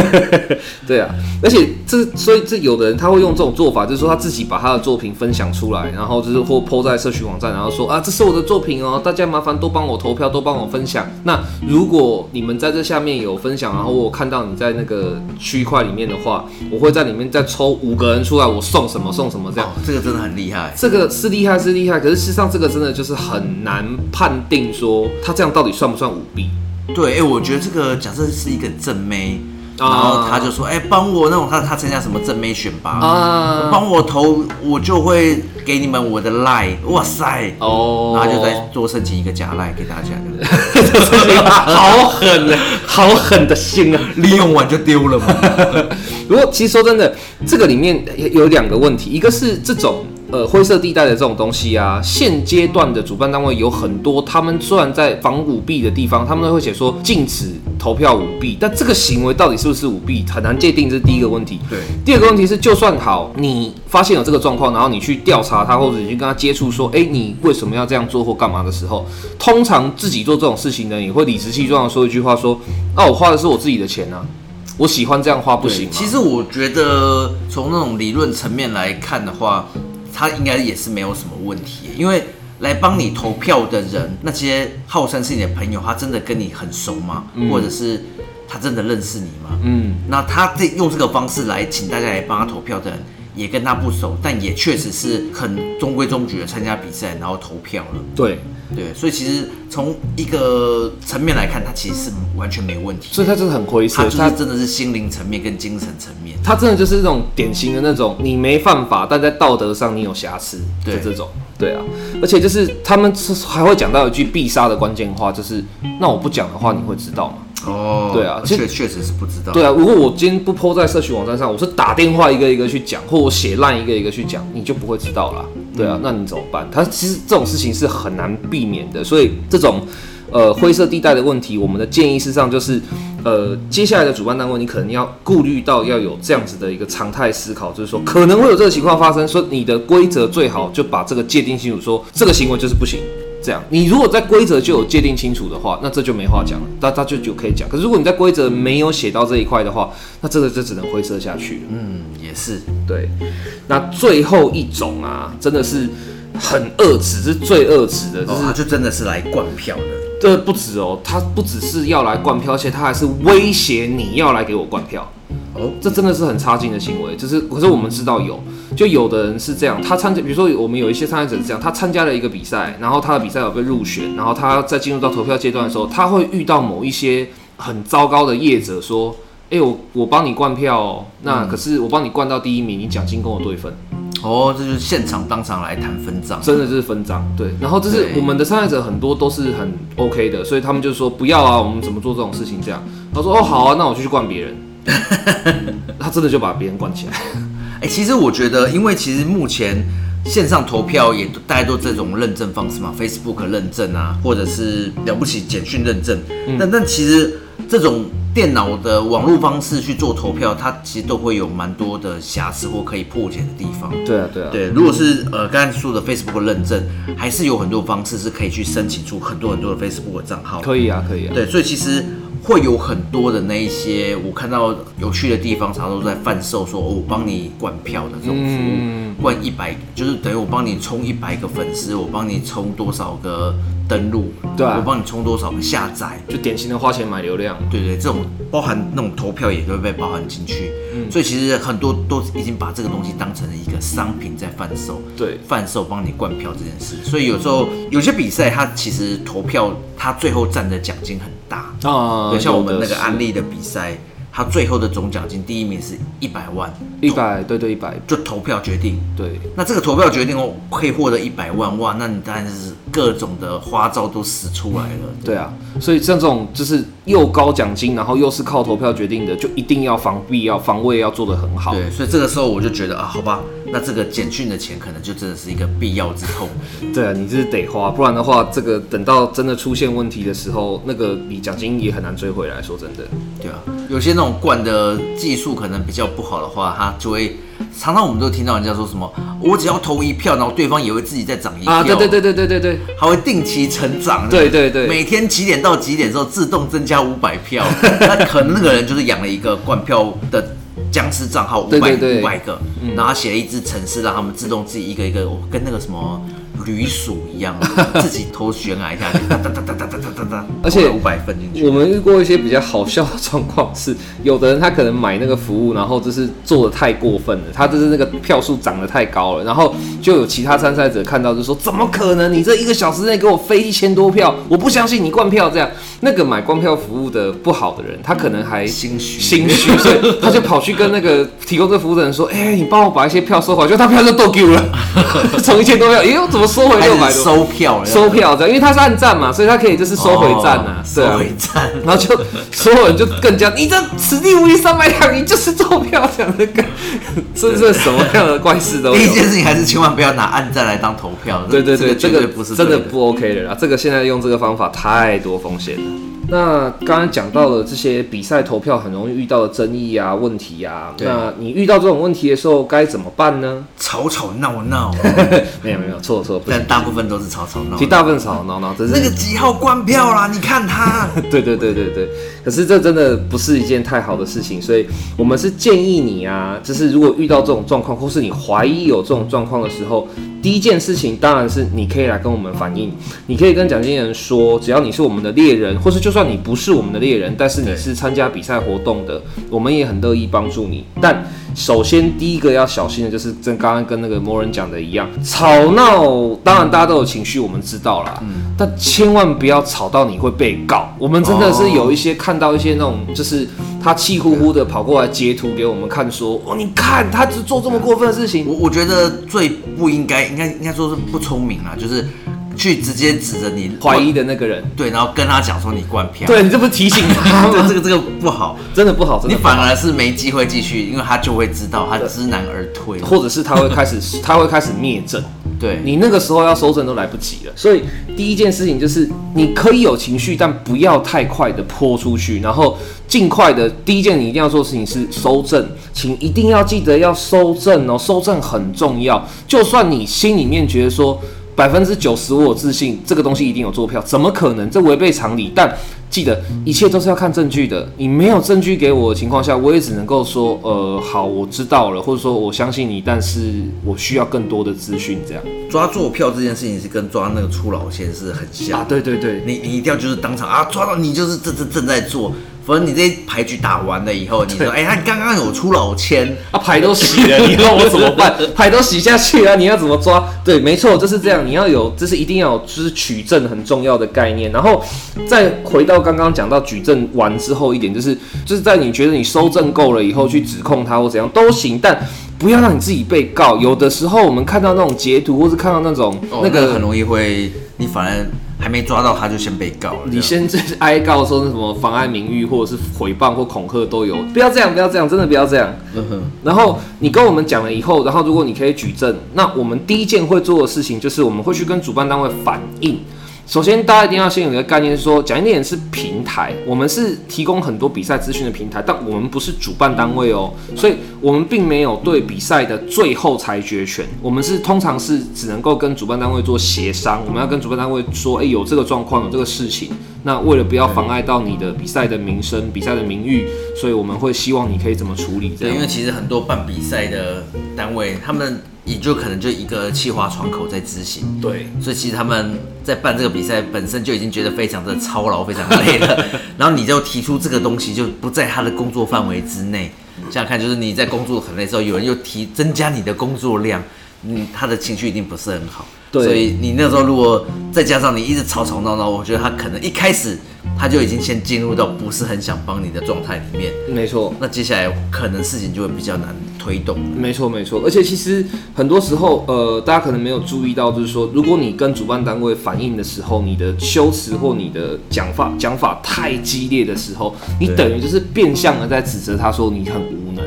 [SPEAKER 3] 对啊，而且这所以这有的人他会用这种做法，就是说他自己把他的作品分享出来，然后就是或 PO 在社群网站，然后说啊这是我的作品哦，大家麻烦多帮我投票，多帮我分享。那如果你们在这下面有分享，然后我看到你在那个区块里面的话，我会在里面再抽五个人出来，我送什么送什么这样
[SPEAKER 1] 哦。，这个真的很厉害。
[SPEAKER 3] 这个是厉害是厉害，可是事实上这个真的就是很难判定说他这样到底算不算舞弊。
[SPEAKER 1] 对，哎、我觉得这个假设是一个正妹，然
[SPEAKER 3] 啊
[SPEAKER 1] 后她就说，哎、帮我那种她她参加什么正妹选拔
[SPEAKER 3] 啊
[SPEAKER 1] 帮我投，我就会给你们我的 line，哇塞，
[SPEAKER 3] 哦
[SPEAKER 1] 然后她就再多申请一个假 line 给大家，
[SPEAKER 3] 这事情好狠啊， 好狠的心啊！
[SPEAKER 1] 利用完就丢了嘛。
[SPEAKER 3] 如果其实说真的，这个里面有两个问题，一个是这种呃灰色地带的这种东西啊，现阶段的主办单位有很多，他们虽然在防舞弊的地方，他们都会写说禁止投票舞弊，但这个行为到底是不是舞弊，很难界定，这是第一个问题。
[SPEAKER 1] 对
[SPEAKER 3] 第二个问题是，就算好，你发现有这个状况，然后你去调查他，或者你去跟他接触，说，哎、你为什么要这样做或干嘛的时候，通常自己做这种事情呢，也会理直气壮的说一句话说那、我花的是我自己的钱啊，我喜欢这样花不
[SPEAKER 1] 对
[SPEAKER 3] 行吗？
[SPEAKER 1] 其实我觉得从那种理论层面来看的话，他应该也是没有什么问题，因为来帮你投票的人，那些号称是你的朋友，他真的跟你很熟吗？或者是他真的认识你吗？
[SPEAKER 3] 嗯，
[SPEAKER 1] 那他这用这个方式来请大家来帮他投票的人，也跟他不熟，但也确实是很中规中矩的参加比赛，然后投票了。
[SPEAKER 3] 对，嗯
[SPEAKER 1] 对，所以其实从一个层面来看，他其实是完全没问题。
[SPEAKER 3] 所以他真的很灰
[SPEAKER 1] 他
[SPEAKER 3] 色，
[SPEAKER 1] 就是
[SPEAKER 3] 他
[SPEAKER 1] 真的是心灵层面跟精神层面。
[SPEAKER 3] 他真的就是那种典型的那种，你没犯法，但在道德上你有瑕疵的
[SPEAKER 1] 对
[SPEAKER 3] 这种。对啊，而且就是他们是还会讲到一句必杀的关键话，就是那我不讲的话，你会知道吗？
[SPEAKER 1] 哦，
[SPEAKER 3] 对啊其实
[SPEAKER 1] 确确实是不知道。
[SPEAKER 3] 对啊，如果我今天不 PO 在社群网站上，我是打电话一个一个去讲，或我写烂一个一个去讲，你就不会知道啦。对啊，那你怎么办？他其实这种事情是很难避免的，所以这种呃灰色地带的问题，我们的建议事实上就是。呃，接下来的主办单位，你可能要顾虑到要有这样子的一个常态思考，就是说可能会有这个情况发生，所以你的规则最好就把这个界定清楚说这个行为就是不行，这样，你如果在规则就有界定清楚的话，那这就没话讲了，那他就就可以讲。可是如果你在规则没有写到这一块的话，那这个就只能灰色下去了。
[SPEAKER 1] 嗯，也是。
[SPEAKER 3] 对，那最后一种啊，真的是很恶质，是最恶质的，就
[SPEAKER 1] 哦，
[SPEAKER 3] 是
[SPEAKER 1] 他就真的是来灌票的。
[SPEAKER 3] 这不止哦，他不只是要来灌票，而且他还是威胁你要来给我灌票。
[SPEAKER 1] 哦，
[SPEAKER 3] 这真的是很差劲的行为，就是可是我们知道有，就有的人是这样，他参加，比如说我们有一些参赛者是这样，他参加了一个比赛，然后他的比赛有被入选，然后他在进入到投票阶段的时候，他会遇到某一些很糟糕的业者说，哎、我我帮你灌票、哦，那可是我帮你灌到第一名，你奖金跟我对分，
[SPEAKER 1] 哦，这就是现场当场来谈分账。
[SPEAKER 3] 真的就是分赃。对，然后就是
[SPEAKER 1] 对
[SPEAKER 3] 我们的参赛者很多都是很 OK 的，所以他们就说不要啊，我们怎么做这种事情这样？他说哦好啊，那我就去灌别 人，他真的就把别人灌起来。
[SPEAKER 1] 哎、其实我觉得，因为其实目前线上投票也都大家都这种认证方式嘛，Facebook 认证啊，或者是了不起简讯认证。
[SPEAKER 3] 嗯
[SPEAKER 1] 但但其实这种电脑的网络方式去做投票，它其实都会有蛮多的瑕疵或可以破解的地方。
[SPEAKER 3] 对啊对啊，
[SPEAKER 1] 对，如果是呃刚才说的 Facebook 认证，还是有很多方式是可以去申请出很多很多的 Facebook 的账号。
[SPEAKER 3] 可以啊，可以啊。
[SPEAKER 1] 对，所以其实会有很多的那一些我看到有趣的地方，常常都在贩售说，哦，我帮你灌票的这种服务，
[SPEAKER 3] 嗯
[SPEAKER 1] 灌一百就是等于我帮你充一百个粉丝，我帮你充多少个登录，
[SPEAKER 3] 对啊
[SPEAKER 1] 我帮你充多少个下载，
[SPEAKER 3] 就典型的花钱买流量。
[SPEAKER 1] 对对，这种包含那种投票也都会被包含进去，
[SPEAKER 3] 嗯
[SPEAKER 1] 所以其实很多都已经把这个东西当成一个商品在贩售，
[SPEAKER 3] 对
[SPEAKER 1] 贩售帮你灌票这件事，所以有时候有些比赛它其实投票它最后占的奖金很大，
[SPEAKER 3] 啊
[SPEAKER 1] 对，像我们那个案例的比赛，它最后的总奖金第一名是一百万，
[SPEAKER 3] 一百，对对一百，
[SPEAKER 1] 就投票决定。
[SPEAKER 3] 对
[SPEAKER 1] 那这个投票决定哦，可以获得一百万哇，那你当然是各种的花招都使出来了。
[SPEAKER 3] 对啊。所以像这种就是又高奖金，然后又是靠投票决定的，就一定要防避，要防卫，要做得很好。
[SPEAKER 1] 对，所以这个时候我就觉得啊，好吧，那这个简讯的钱可能就真的是一个必要之痛。
[SPEAKER 3] 对啊，你这是得花，不然的话，这个等到真的出现问题的时候，那个你奖金也很难追回来。说真的，
[SPEAKER 1] 对啊，有些那种灌的技术可能比较不好的话，它就会常常我们都听到人家说什么，我只要投一票，然后对方也会自己再涨一票。
[SPEAKER 3] 啊，对对对对对对对，
[SPEAKER 1] 还会定期成长。
[SPEAKER 3] 对对对
[SPEAKER 1] 每天几点到几点的时候自动增加五百 票，那可能那个人就是养了一个灌票的。僵尸账号五
[SPEAKER 3] 对
[SPEAKER 1] 百
[SPEAKER 3] 对对嗯
[SPEAKER 1] 五百个，然后他写了一只程式，让他们自动自己一个一个，我跟那个什么驴鼠一 样，自己投悬崖下去，哒哒哒哒哒哒哒哒，
[SPEAKER 3] 而且
[SPEAKER 1] 五百分进去
[SPEAKER 3] 我。们遇过一些比较好笑的状况是，有的人他可能买那个服务，然后就是做的太过分了，他就是那个票数涨得太高了，然后就有其他参赛者看到就说：“怎么可能？你这一个小时内给我飞一千多票，我不相信你灌票这样。”那个买灌票服务的不好的人，他可能还
[SPEAKER 1] 心虚
[SPEAKER 3] 心虚，所以他就跑去跟那个 提供这服务的人说：“哎、你帮我把一些票收回来。”就他票就都 丢了，从一千多票，哎呦，怎么收回
[SPEAKER 1] 开
[SPEAKER 3] 六百
[SPEAKER 1] 始
[SPEAKER 3] 多？
[SPEAKER 1] 收票了，
[SPEAKER 3] 收票这样，因为他是按站嘛，所以他可以就是收回站啊，
[SPEAKER 1] 哦
[SPEAKER 3] 对啊
[SPEAKER 1] 收回站，
[SPEAKER 3] 然后就所有人就更加，你这此地无银三百两，你就是做票这样的干，这这什么样的怪事都
[SPEAKER 1] 第一
[SPEAKER 3] 有。
[SPEAKER 1] 件事情还是千万不要拿暗战来当投票，
[SPEAKER 3] 对对对，
[SPEAKER 1] 这
[SPEAKER 3] 这
[SPEAKER 1] 个绝
[SPEAKER 3] 个
[SPEAKER 1] 对不是
[SPEAKER 3] 真的
[SPEAKER 1] 对
[SPEAKER 3] 不 OK 的啦，这个现在用这个方法太多风险了。那刚刚讲到了这些比赛投票很容易遇到的争议啊、问题啊，
[SPEAKER 1] 对
[SPEAKER 3] 那你遇到这种问题的时候该怎么办呢？
[SPEAKER 1] 吵吵闹闹，
[SPEAKER 3] 没有没有，错了错了，不行
[SPEAKER 1] 但，大部分都是吵吵闹
[SPEAKER 3] 其
[SPEAKER 1] 闹。
[SPEAKER 3] 实大部分嗯吵闹闹，只是
[SPEAKER 1] 那个几号关票啦？你看他，
[SPEAKER 3] 对对对对对，可是这真的不是一件太好的事情，所以我们是建议你啊，就是如果遇到这种状况，或是你怀疑有这种状况的时候，第一件事情当然是你可以来跟我们反映，你可以跟蒋经理人说，只要你是我们的猎人，或是就算你不是我们的猎人，但是你
[SPEAKER 1] 对
[SPEAKER 3] 是参加比赛活动的，我们也很乐意帮助你。但首先第一个要小心的就是，跟刚刚跟那个魔人讲的一样，吵闹当然大家都有情绪，我们知道啦，但千万不要吵到你会被告。我们真的是有一些看到一些那种，就是他气呼呼的跑过来截图给我们看，说哦，你看他只做这么过分的事 情
[SPEAKER 1] 我，我觉得最不应该，应该应该说是不聪明啦，就是去直接指着你
[SPEAKER 3] 怀疑，的那个人，
[SPEAKER 1] 对，然后跟他讲说你灌票，
[SPEAKER 3] 对你这不是提醒他
[SPEAKER 1] 这个，
[SPEAKER 3] 吗？
[SPEAKER 1] 这个这个不好，
[SPEAKER 3] 真的不好，真
[SPEAKER 1] 你
[SPEAKER 3] 的不好
[SPEAKER 1] 反而是没机会继续，因为他就会知道他知难而退。
[SPEAKER 3] 或者是他会开始，他会开始灭证。
[SPEAKER 1] 对，
[SPEAKER 3] 你那个时候要收整都来不及了。所以第一件事情就是，你可以有情绪，但不要太快的泼出去，然后尽快的。第一件你一定要做的事情是收正，请一定要记得要收正哦，收正很重要。就算你心里面觉得说百分之九十我有自信，这个东西一定有做票，怎么可能？这违背常理，但。记得一切都是要看证据的，你没有证据给我的情况下，我也只能够说，呃，好，我知道了，或者说我相信你，但是我需要更多的资讯，这样。
[SPEAKER 1] 抓坐票这件事情是跟抓那个出老千是很像
[SPEAKER 3] 啊，。对对对，
[SPEAKER 1] 你你一定要就是当场啊抓到你就是正正正在做，否则你这一牌局打完了以后，你说哎、他刚刚有出老千，
[SPEAKER 3] 啊牌都洗 了，你要我怎么办？牌都洗下去啊了，你要怎么抓？对，没错，就是这样。你要有，这是一定要有，就是取证很重要的概念。然后再回到刚刚讲到举证完之后一点，就是就是在你觉得你收证够了以后去指控他或怎样都行，但。不要让你自己被告。有的时候我们看到那种截图，或是看到那种、
[SPEAKER 1] 哦、那
[SPEAKER 3] 那个
[SPEAKER 1] 个很容易会，你反而还没抓到他就先被告了。
[SPEAKER 3] 你先这哀告说那什么妨碍名誉，或者是诽谤或恐吓都有，不要这样，不要这样，真的不要这样。
[SPEAKER 1] 这样，嗯哼
[SPEAKER 3] 然后你跟我们讲了以后，然后如果你可以举证，那我们第一件会做的事情就是我们会去跟主办单位反映。首先，大家一定要先有一个概念说讲一点是平台，我们是提供很多比赛资讯的平台，但我们不是主办单位哦，所以我们并没有对比赛的最后裁决权，我们是通常是只能够跟主办单位做协商，我们要跟主办单位说，哎，有这个状况，有这个事情，那为了不要妨碍到你的比赛的名声、比赛的名誉，所以我们会希望你可以怎么处理这
[SPEAKER 1] 对，
[SPEAKER 3] 样
[SPEAKER 1] 因。为其实很多办比赛的单位，他们也就可能就一个企划窗口在执行，
[SPEAKER 3] 对，
[SPEAKER 1] 所以其实他们在办这个比赛本身就已经觉得非常的操劳、非常累 了，然后你就提出这个东西就不在他的工作范围之内。想想看，就是你在工作很累的时候，有人又提增加你的工作量，嗯，他的情绪一定不是很好。
[SPEAKER 3] 对
[SPEAKER 1] 所以你那时候如果再加上你一直吵吵闹闹，我觉得他可能一开始他就已经先进入到不是很想帮你的状态里面，
[SPEAKER 3] 没错，
[SPEAKER 1] 那接下来可能事情就会比较难推动。
[SPEAKER 3] 没错，没错。而且其实很多时候，呃，大家可能没有注意到，就是说，如果你跟主办单位反映的时候，你的修辞或你的讲法讲法太激烈的时候，你
[SPEAKER 1] 对
[SPEAKER 3] 等于就是变相的在指责他说你很无能，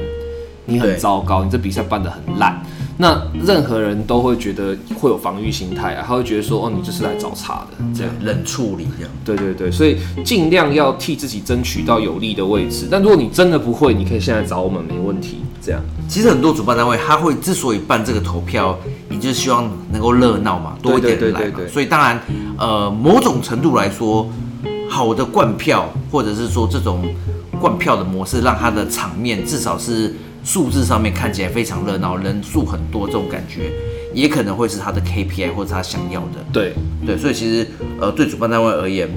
[SPEAKER 3] 你很
[SPEAKER 1] 对
[SPEAKER 3] 糟糕，你这比赛办得很烂。那任何人都会觉得会有防御心态啊，他会觉得说，哦，你就是来找茬的这样。
[SPEAKER 1] 冷处理这样。
[SPEAKER 3] 对对对，所以尽量要替自己争取到有利的位置。但如果你真的不会，你可以现在找我们，没问题。这样。
[SPEAKER 1] 其实很多主办单位他会之所以办这个投票，也就是希望能够热闹嘛，多一点
[SPEAKER 3] 对
[SPEAKER 1] 人
[SPEAKER 3] 对
[SPEAKER 1] 来
[SPEAKER 3] 对
[SPEAKER 1] 嘛
[SPEAKER 3] 对对。
[SPEAKER 1] 所以当然，呃，某种程度来说，好的灌票或者是说这种灌票的模式，让它的场面至少是数字上面看起来非常热闹，人数很多这种感觉，也可能会是他的 KPI 或者他想要的。
[SPEAKER 3] 对，
[SPEAKER 1] 对，所以其实呃，对主办单位而言，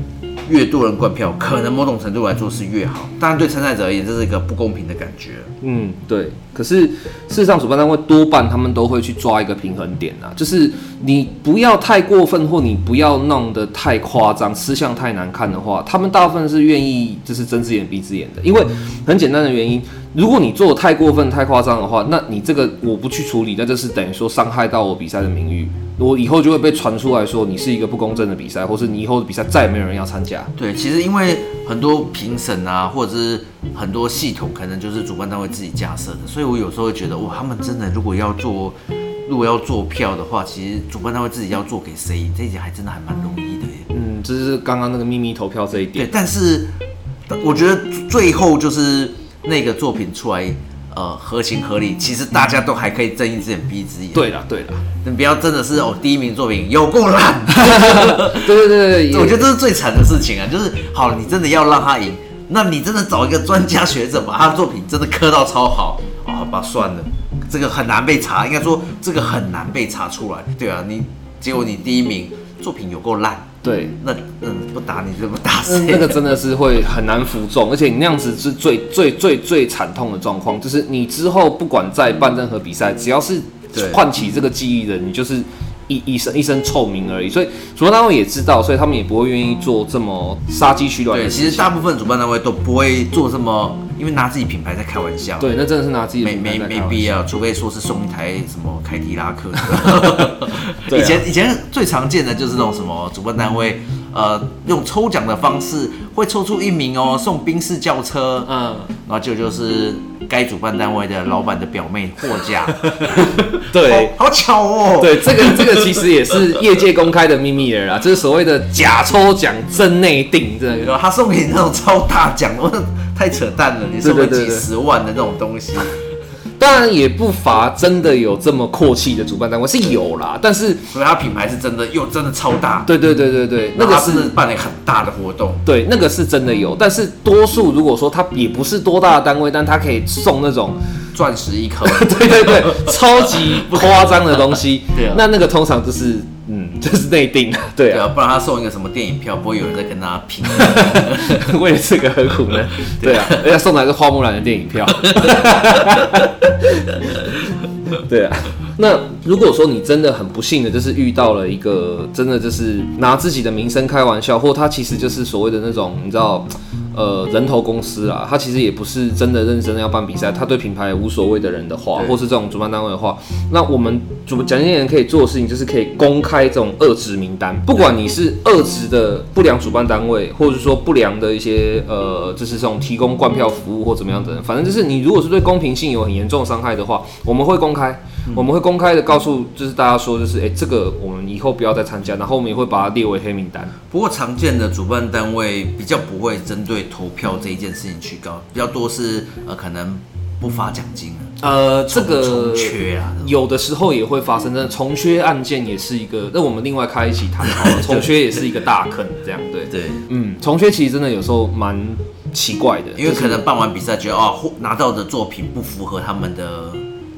[SPEAKER 1] 越多人灌票，可能某种程度来说是越好。当然，对参赛者而言，这是一个不公平的感觉。
[SPEAKER 3] 嗯，对。可是事实上，主办单位多半他们都会去抓一个平衡点啊，就是你不要太过分，或你不要弄得太夸张，吃相太难看的话，他们大部分是愿意就是睁只眼闭只眼的，因为很简单的原因，如果你做的太过分、太夸张的话，那你这个我不去处理，那就是等于说伤害到我比赛的名誉，我以后就会被传出来说你是一个不公正的比赛，或是你以后的比赛再也没有人要参加。
[SPEAKER 1] 对，其实因为很多评审啊，或者是很多系统，可能就是主办单位自己架设的，所以我有时候会觉得，哇，他们真的如果要做，如果要做票的话，其实主办单位自己要做给谁，这一点还真的还蛮容易的耶。
[SPEAKER 3] 嗯，这是刚刚那个秘密投票这一
[SPEAKER 1] 对，
[SPEAKER 3] 点。
[SPEAKER 1] 但是我觉得最后就是那个作品出来，呃，合情合理。其实大家都还可以睁一只眼闭一只眼。，
[SPEAKER 3] 对啦，对啦，
[SPEAKER 1] 你不要真的是哦，第一名作品有够烂。
[SPEAKER 3] 对对对对，
[SPEAKER 1] 我觉得
[SPEAKER 3] 得
[SPEAKER 1] 这是最惨的事情啊，就是好，你真的要让他赢，那你真的找一个专家学者把他的作品真的磕到超好啊，好吧，算了，这个很难被查，应该说这个很难被查出来。对啊，你结果你第一名作品有够烂，
[SPEAKER 3] 对。
[SPEAKER 1] 那嗯不打你就不打
[SPEAKER 3] 嗯
[SPEAKER 1] 谁？
[SPEAKER 3] 那那个真的是会很难服众，而且你那样子是最最最最惨痛的状况，就是你之后不管再办任何比赛，只要是
[SPEAKER 1] 对
[SPEAKER 3] 唤起这个记忆的，你就是一一身一身臭名而已。所以主办单位也知道，所以他们也不会愿意做这么杀鸡取卵
[SPEAKER 1] 对，
[SPEAKER 3] 的
[SPEAKER 1] 其
[SPEAKER 3] 事
[SPEAKER 1] 实
[SPEAKER 3] 情。
[SPEAKER 1] 大部分主办单位都不会做这么，因为拿自己品牌在开玩笑。。啊
[SPEAKER 3] 对，那真的是拿自己的
[SPEAKER 1] 没
[SPEAKER 3] 品牌
[SPEAKER 1] 没
[SPEAKER 3] 在
[SPEAKER 1] 没
[SPEAKER 3] 开玩
[SPEAKER 1] 必
[SPEAKER 3] 笑。
[SPEAKER 1] 要，除非说是送一台什么凯迪拉克。
[SPEAKER 3] 对啊
[SPEAKER 1] 以前以前最常见的就是那种什么主办单位，呃，用抽奖的方式会抽出一名哦，送宾士轿车，
[SPEAKER 3] 嗯，
[SPEAKER 1] 然后就就是该主办单位的老板的表妹获奖，
[SPEAKER 3] 对。
[SPEAKER 1] 好好巧哦。
[SPEAKER 3] 对，这个这个其实也是业界公开的秘密了啦，这是所谓的假抽奖真内定，这
[SPEAKER 1] 然
[SPEAKER 3] 个
[SPEAKER 1] 后他送给你那种超大奖，我 太扯淡了，你送个
[SPEAKER 3] 对对
[SPEAKER 1] 几
[SPEAKER 3] 对对
[SPEAKER 1] 十万的那种东西，
[SPEAKER 3] 当然也不乏真的有这么阔气的主办单位是有啦，但是
[SPEAKER 1] 所以他品牌是真的又真的超大，
[SPEAKER 3] 对对对对对，那
[SPEAKER 1] 那
[SPEAKER 3] 个
[SPEAKER 1] 他真
[SPEAKER 3] 是
[SPEAKER 1] 的办了很大的活动。
[SPEAKER 3] 对那个是真的有，但是多数如果说它也不是多大的单位，但它可以送那种
[SPEAKER 1] 钻石一颗，
[SPEAKER 3] 对对对超级夸张的东西，
[SPEAKER 1] 对啊
[SPEAKER 3] 那那个通常就是嗯就是内定，对
[SPEAKER 1] 对
[SPEAKER 3] 啊，
[SPEAKER 1] 啊，不然他送一个什么电影票，不会有人在跟他 拼。
[SPEAKER 3] 为了这个何苦 呢？对啊，而且送来是花木兰的电影 票。对啊，那如果说你真的很不幸的，就是遇到了一个真的就是拿自己的名声开玩笑，或他其实就是所谓的那种你知道，呃，人头公司啊，他其实也不是真的认真的要办比赛，他对品牌也无所谓的人的话，
[SPEAKER 1] 对
[SPEAKER 3] 或是这种主办单位的话，那我们主讲解人可以做的事情就是可以公开这种恶职名单，不管你是恶职的不良主办单位，或者是说不良的一些呃，就是这种提供灌票服务或怎么样的人，反正就是你如果是对公平性有很严重的伤害的话，我们会公开，
[SPEAKER 1] 嗯
[SPEAKER 3] 我们会公开的告诉就是大家说就是哎、诶这个我们以后不要再参加，然后我们也会把它列为黑名单。
[SPEAKER 1] 不过常见的主办单位比较不会针对投票这一件事情去告，比较多是呃可能不发奖金了，
[SPEAKER 3] 呃，这
[SPEAKER 1] 重缺啊，
[SPEAKER 3] 有的时候也会发生，真的重缺案件也是一个，那我们另外开一起谈好 了。重缺也是一个大坑，这样对。
[SPEAKER 1] 对，
[SPEAKER 3] 嗯，重缺其实真的有时候蛮奇怪的，
[SPEAKER 1] 因为可能办完比赛觉得哦获拿到的作品不符合他们的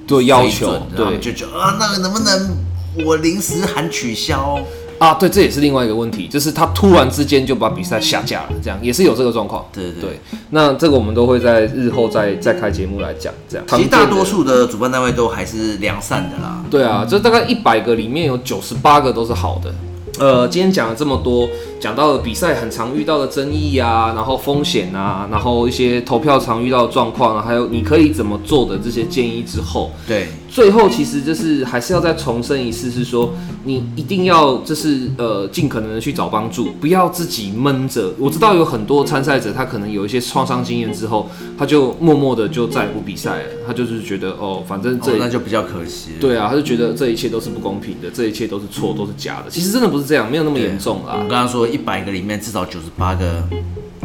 [SPEAKER 3] 对要
[SPEAKER 1] 水
[SPEAKER 3] 求
[SPEAKER 1] 准，然后
[SPEAKER 3] 对
[SPEAKER 1] 就觉得啊那能不能我临时喊取消？
[SPEAKER 3] 啊，对，这也是另外一个问题，就是他突然之间就把比赛下架了，这样也是有这个状况。
[SPEAKER 1] 对对
[SPEAKER 3] 对，那这个我们都会在日后再再开节目来讲，这样。
[SPEAKER 1] 其实大多
[SPEAKER 3] 常见的
[SPEAKER 1] 数的主办单位都还是良善的啦，
[SPEAKER 3] 对啊，这大概一百个里面有九十八个都是好的。呃，今天讲了这么多，讲到了比赛很常遇到的争议啊，然后风险啊，然后一些投票常遇到的状况啊，还有你可以怎么做的这些建议之后，
[SPEAKER 1] 对。
[SPEAKER 3] 最后其实就是呃还是要再重申一次，是说你一定要就是呃尽可能的去找帮助，不要自己闷着。我知道有很多参赛者，他可能有一些创伤经验之后，他就默默的就再也不比赛了，他就是觉得哦，反正这
[SPEAKER 1] 哦、那就比较可惜了。
[SPEAKER 3] 对啊，他就觉得这一切都是不公平的，这一切都是错，都是假的。其实真的不是这样，没有那么严重啊
[SPEAKER 1] 我
[SPEAKER 3] 啦。
[SPEAKER 1] 刚刚说一百个里面至少九十八个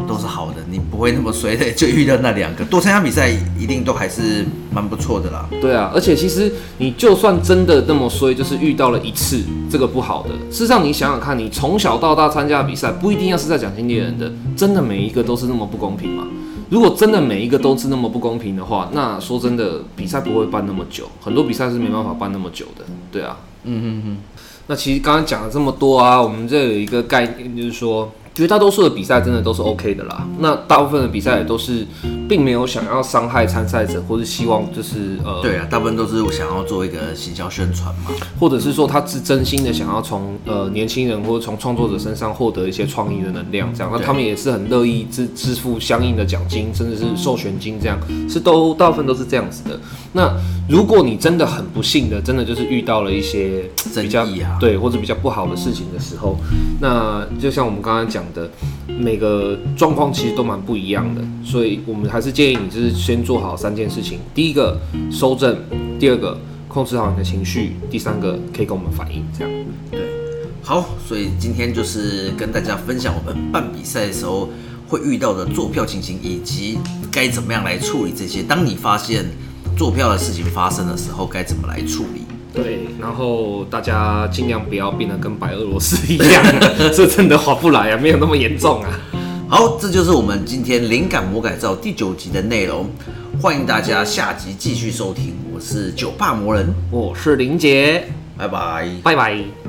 [SPEAKER 1] 都是好的，你不会那么衰的， 就遇到那两个。多参加比赛一定都还是蛮不错的啦。
[SPEAKER 3] 对啊，而且其实你就算真的那么衰，就是遇到了一次这个不好的，事实上你想想看，你从小到大参加的比赛，不一定要是在奖金猎人的，真的每一个都是那么不公平吗？如果真的每一个都是那么不公平的话，那说真的，比赛不会办那么久，很多比赛是没办法办那么久的。对啊，那其实刚刚讲了这么多啊，我们这有一个概念，就是说绝大多数的比赛真的都是 OK 的啦。那大部分的比赛也都是并没有想要伤害参赛者，或是希望就是呃，
[SPEAKER 1] 对啊，大部分都是想要做一个行销宣传嘛。
[SPEAKER 3] 或者是说他是真心的想要从呃年轻人或者从创作者身上获得一些创意的能量，这样，那
[SPEAKER 1] 对
[SPEAKER 3] 他们也是很乐意支支付相应的奖金，甚至是授权金，这样是都大部分都是这样子的。那如果你真的很不幸的，真的就是遇到了一些
[SPEAKER 1] 争
[SPEAKER 3] 比较
[SPEAKER 1] 议啊
[SPEAKER 3] 对或者比较不好的事情的时候，那就像我们刚刚讲的，每个状况其实都蛮不一样的，所以我们还是建议你就是先做好三件事情：第一个收正，第二个控制好你的情绪，第三个可以跟我们反映。这样，
[SPEAKER 1] 对，好，所以今天就是跟大家分享我们办比赛的时候会遇到的做票情形，以及该怎么样来处理这些。当你发现做票的事情发生的时候，该怎么来处理？
[SPEAKER 3] 对，然后大家尽量不要变得跟白俄罗斯一样， 这真的划不来啊，没有那么严重啊。
[SPEAKER 1] 好，这就是我们今天灵感魔改造第九集的内容，欢迎大家下集继续收听。我是酒吧魔人，
[SPEAKER 3] 我是林杰，
[SPEAKER 1] 拜拜。
[SPEAKER 3] 拜拜。